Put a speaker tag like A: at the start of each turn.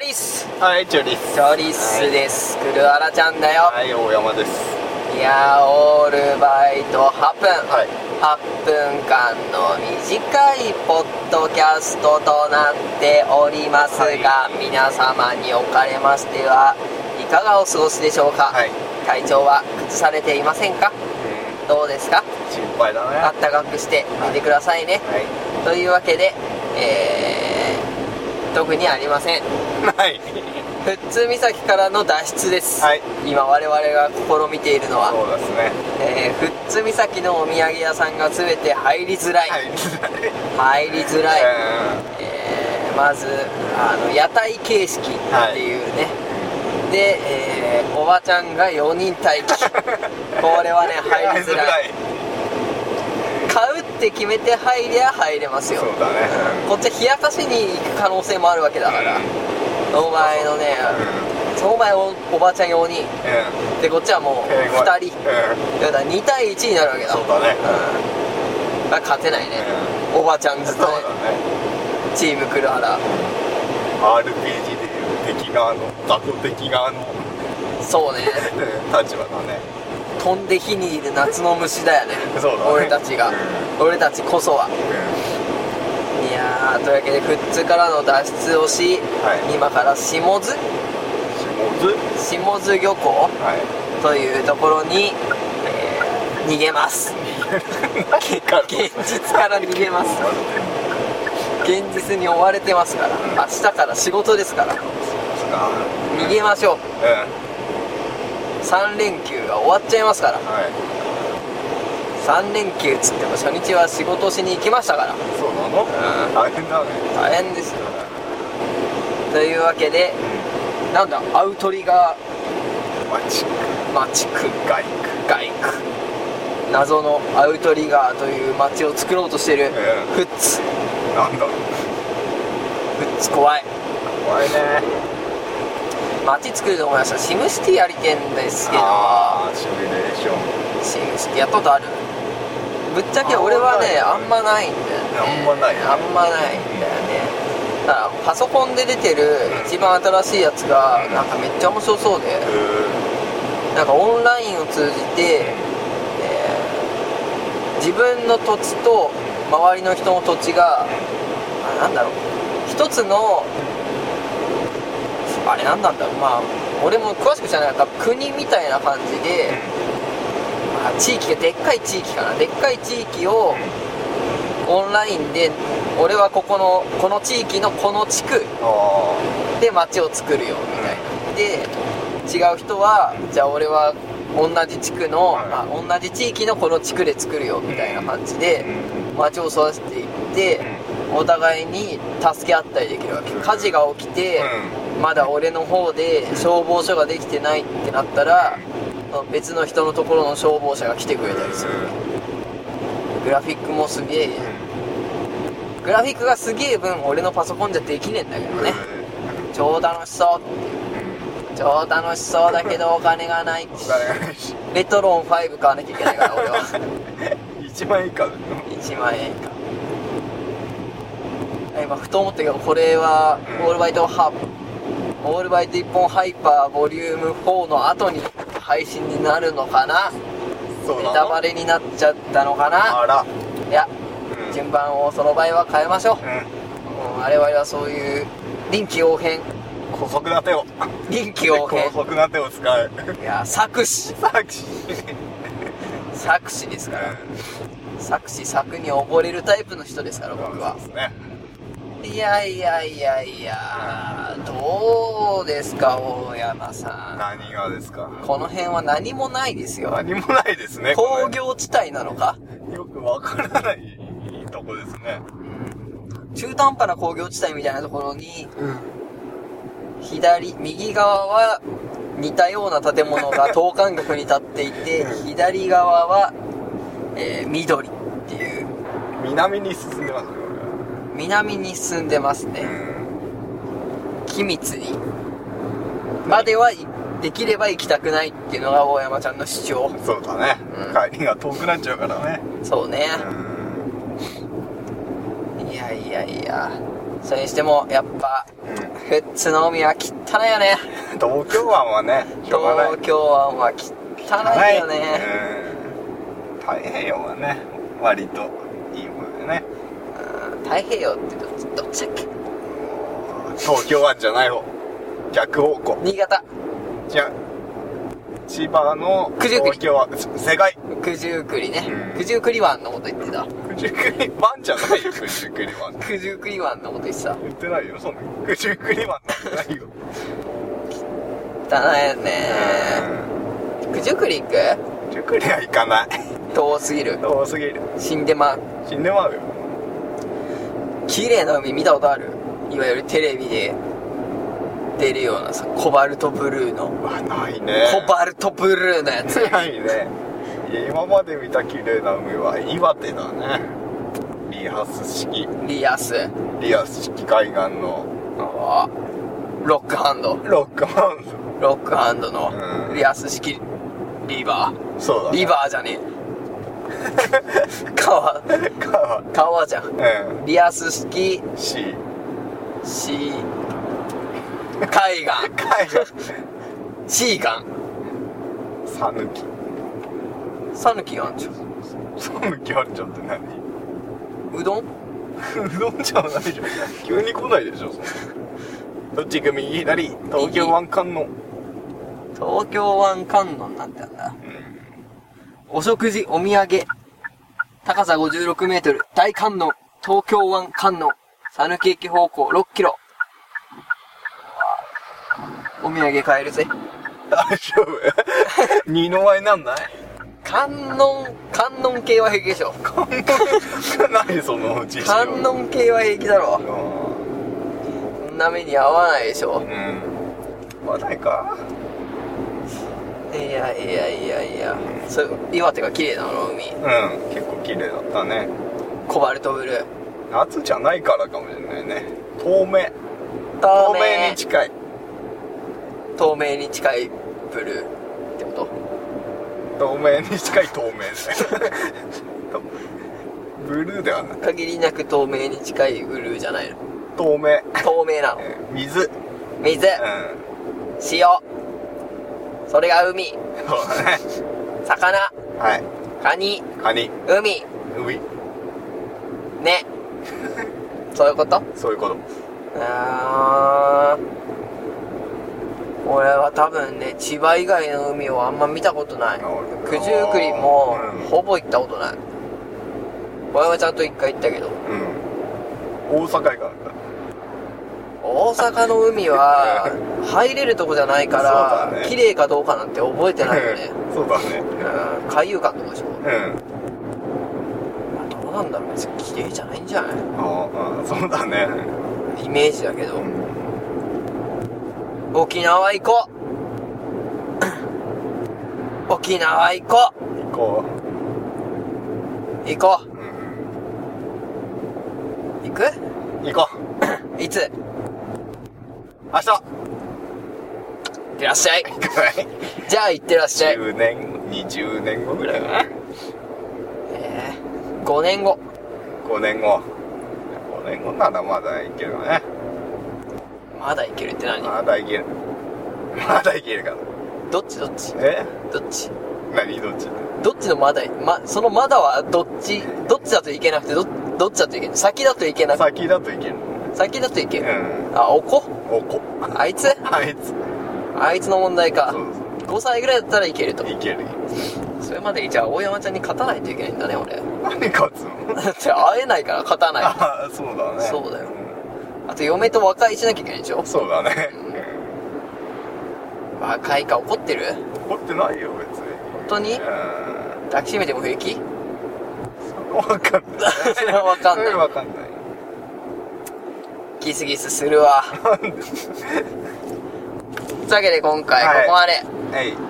A: リス
B: はい、チュリス。
A: ソリスです、クルアラちゃんだよ、
B: はい、大山です。
A: い、やーオールバイト8分、
B: はい。
A: 8分間の短いポッドキャストとなっておりますが、
B: はい
A: 皆様におかれましてはいかがお過ごしでしょうか、
B: はい。
A: 体調は崩されていませんか
B: うん、
A: どうですか
B: 心配だね。
A: あったかくして寝てくださいね、
B: は
A: というわけで、えー、特にありません
B: い。はい。
A: 富津岬からの脱出です、
B: はい
A: 今我々が試みているのは、
B: そうですね。
A: えー、富津岬のお土産屋さんが全て入りづらい、
B: はい。
A: 入りづらい、えーまずあの屋台形式っていうね、で、えーおばちゃんが4人 待機これはね入りづらい
B: い。
A: 買うって決めて入りゃ入れますよ
B: そうだね。
A: こっちは冷やかしに行く可能性もあるわけだから、
B: うん
A: お前のね
B: う
A: お前おおばちゃん4人
B: ん。うん。
A: でこっちはもう
B: えーまあ
A: 2人
B: うん。
A: だから2対1になるわけだ
B: そうだね。
A: うんまあ勝てないね、おばちゃんず
B: そ
A: っと
B: う
A: ね
B: だね。
A: チーム黒原
B: RPG でいう敵側の、雑魚敵側の
A: そうね
B: うん立場だね。
A: 飛んで火にいる夏の虫だよね
B: そうだね
A: 俺たちが、
B: う
A: 俺たちこそは
B: うん。
A: いやーというわけで富津からの脱出をし、
B: はい
A: 今から下津
B: 下津
A: 下津漁港
B: は
A: というところに、えー逃げます
B: い。結 果
A: 現実から逃げます現実に追われてますから明日から仕事ですから逃げましょう
B: うん。は
A: 3連休が終わっちゃいますから
B: い。
A: 3連休っつっても初日は仕事しに行きましたから
B: そうなの、
A: ん
B: 大変だね
A: 大変ですよというわけでなんだアウトリガー
B: マジ
A: 町区
B: 外
A: 外区謎のアウトリガーという町を作ろうとしてるフッツ
B: 区なんだろう
A: フッツ怖い
B: 怖いね
A: 町作ると思いましたシムシティやりてんですけど
B: ああシミュレーション
A: シムシティやったことあるぶっちゃけ俺はねあ
B: あ
A: ん
B: ん
A: まないんだよね
B: あんまない
A: あんまないんだよねだからパソコンで出てる一番新しいやつがなんかめっちゃ面白そうでなんかオンラインを通じて、えー自分の土地と周りの人の土地があなんだろう一つのあれなんなんだろうまあ俺も詳しく知らないから国みたいな感じで、まあ、地域がでっかい地域かなでっかい地域をオンラインで俺はここのこの地域のこの地区
B: あ
A: で街を作るよみたいなで違う人はじゃあ俺は同じ地区の、
B: はい
A: あ同じ地域のこの地区で作るよみたいな感じで街を育てていってお互いに助け合ったりできるわけ火事が起きて、まだ俺の方で消防署ができてないってなったら別の人のところの消防車が来てくれたりするグラフィックもすげえグラフィックがすげえ分俺のパソコンじゃできねえんだけどね超楽しそう超楽しそうだけどお金がないレトロン5買わなきゃいけない から俺は
B: 一万以下だよ
A: 1万円以下今ふと思ったけどこれは
B: うん
A: オールバイトハオールバイト一本ハイパーボリューム4の後に配信になるのかな
B: そう
A: ネ
B: な
A: タ
B: の
A: バレになっちゃったのかな
B: あら
A: いや
B: うん
A: 順番をその場合は変えましょうもう我々はそういう臨機応変
B: うん高速な手を
A: 臨機応変
B: 高速な手を使う
A: いや作詞
B: 作詞
A: 作詞ですから作詞作に溺れるタイプの人ですから僕は
B: そうですね
A: いやいやいやいやどうですか大山さ
B: 何がですか
A: んこの辺は何もないですよ
B: 何もないですね。
A: 工業地帯なのか
B: これよくわからないとこですね。
A: 中途半端な工業地帯みたいなところに
B: うん。
A: 左右側は似たような建物が等間隔に立っていて左側は、えー緑っていう
B: 南に進んでますね、
A: 南に進んでますね、
B: 俺は。
A: 機密にまではいできれば行きたくないっていうのが大山ちゃんの主張
B: うん。そうだね
A: う。
B: 帰りが遠くなっちゃうからね。
A: そうね
B: うん。
A: いやいやいやそれにしてもやっぱ
B: うん
A: 富津の海は汚いよね
B: 東京湾はねしょうがない
A: 東京湾は汚いよね、
B: うん太平洋はね割といいもんでね
A: うん太平洋ってどっちどっちだっけ
B: 東京湾じゃない方逆方向
A: 新潟
B: じゃ千葉の
A: 九十九里
B: 東京湾世界
A: 九十九里ね
B: うん
A: 九十九里湾のこと言ってた
B: 九十九里湾じゃないよ九十九里湾
A: 九十九里湾のこと言ってた
B: 言ってないよそんな九十九里湾なんてないよ
A: 汚いよね九十九里行く
B: 九十九里は行かない
A: 遠すぎる
B: 遠すぎる
A: 死んでまう
B: 死んでまうよ
A: 綺麗な海見たことあるいわゆるテレビで出るようなさコバルトブルーの
B: うわないね
A: コバルトブルーのやつ
B: ないねいや今まで見た綺麗な海は岩手だねリアス式
A: リアス
B: リアス式海岸の
A: ロックハンド
B: ロックハンド
A: ロックハンド
B: う
A: の
B: ん
A: リアス式リバ
B: そうだ
A: ー
B: ね
A: リバーじゃねえ 川
B: 川
A: 川じゃん
B: う
A: リアス式
B: ん C
A: シ海
B: 海岸
A: 岸シーガン
B: さぬき
A: サヌキがあんじゃん
B: さぬきあるじゃんって何
A: うどん
B: う どんじゃないじゃん急に来ないでしょそんなどっち行く右左東京湾観音
A: 東京湾観音なんてあんだお食事、お土産。高さ56メートル、大観音、東京湾観音、讃岐駅方向6キロ。お土産買えるぜ。
B: 大丈夫 二の舞なんない
A: 観音、観音系は平気でしょ。
B: 観音ないその知識は
A: 観音系は平気だろ。
B: う
A: そんな目に合わないでしょ。
B: んまだか
A: いやいやいやいや。そう、岩手が綺麗なの、海
B: う。ん結構綺麗だったね
A: コバルトブルー。
B: 夏じゃないからかもしれないね透明
A: 透
B: 透
A: 明
B: 明に近い
A: 透明に近いブルーってこと
B: 透明に近い透明と ブルーではない
A: 限りなく透明に近いブルーじゃないの
B: 透明
A: 透明なの
B: えー水うん
A: 水塩それが海
B: そうだね
A: 魚
B: はい
A: カニ
B: カニ
A: 海
B: 海
A: ねそういうこと
B: そういうこと
A: あー俺は多分ね千葉以外の海をあんま見たことない
B: あ俺も
A: 九十九里も
B: うん
A: ほぼ行ったことない俺はちゃんと一回行ったけど
B: うん大阪以外だか
A: 大阪の海 は入れるとこじゃないか
B: そう
A: ら、
B: だね
A: 綺麗かどうかなんて覚えて
B: ら
A: ないよね
B: そうだね
A: うん海遊館とかでしょ
B: うん
A: どうなんだろう別に綺麗じゃないんじゃな
B: ああそうだね
A: いイメージだけど
B: うん
A: 沖縄行こう 沖縄行こ
B: 行こ
A: う行こ
B: ううん
A: う行く
B: 行こう
A: いつい
B: 明日
A: ってらっしゃい
B: くらい
A: じゃあ行ってらっしゃい
B: 10年20年後ぐらいかな
A: えー、5年後
B: 5年後5年後ならまだいけるね
A: まだ行けるって何
B: まだいけるまだいけるかな
A: どっちどっち
B: え
A: どっち
B: 何どっち
A: どっちのまだいまそのまだはどっちどっちだといけなくてどどっちだといけない先だといけなくて
B: 先だといける
A: 先だといけ
B: う
A: る
B: ん
A: あおこ
B: おこ
A: あいつ
B: あいつ
A: あいつの問題か
B: そう
A: 5歳ぐらいだったらいけると
B: そういける
A: それまでにじゃあ大山ちゃんに勝たないといけないんだね俺
B: 何勝つの
A: だって会えないから勝たない
B: ああそうだね
A: そうだよ
B: ん
A: あと嫁と和解しなきゃいけないでしょ
B: そうだね
A: 和解か怒ってる
B: うん怒ってないよ別に
A: 本当に
B: うん
A: 抱きしめても平気
B: 分かんない
A: それは わかんない
B: それわかんない
A: ギスギスするわ
B: なんで
A: というわけで今回
B: はい
A: ここまで、
B: はい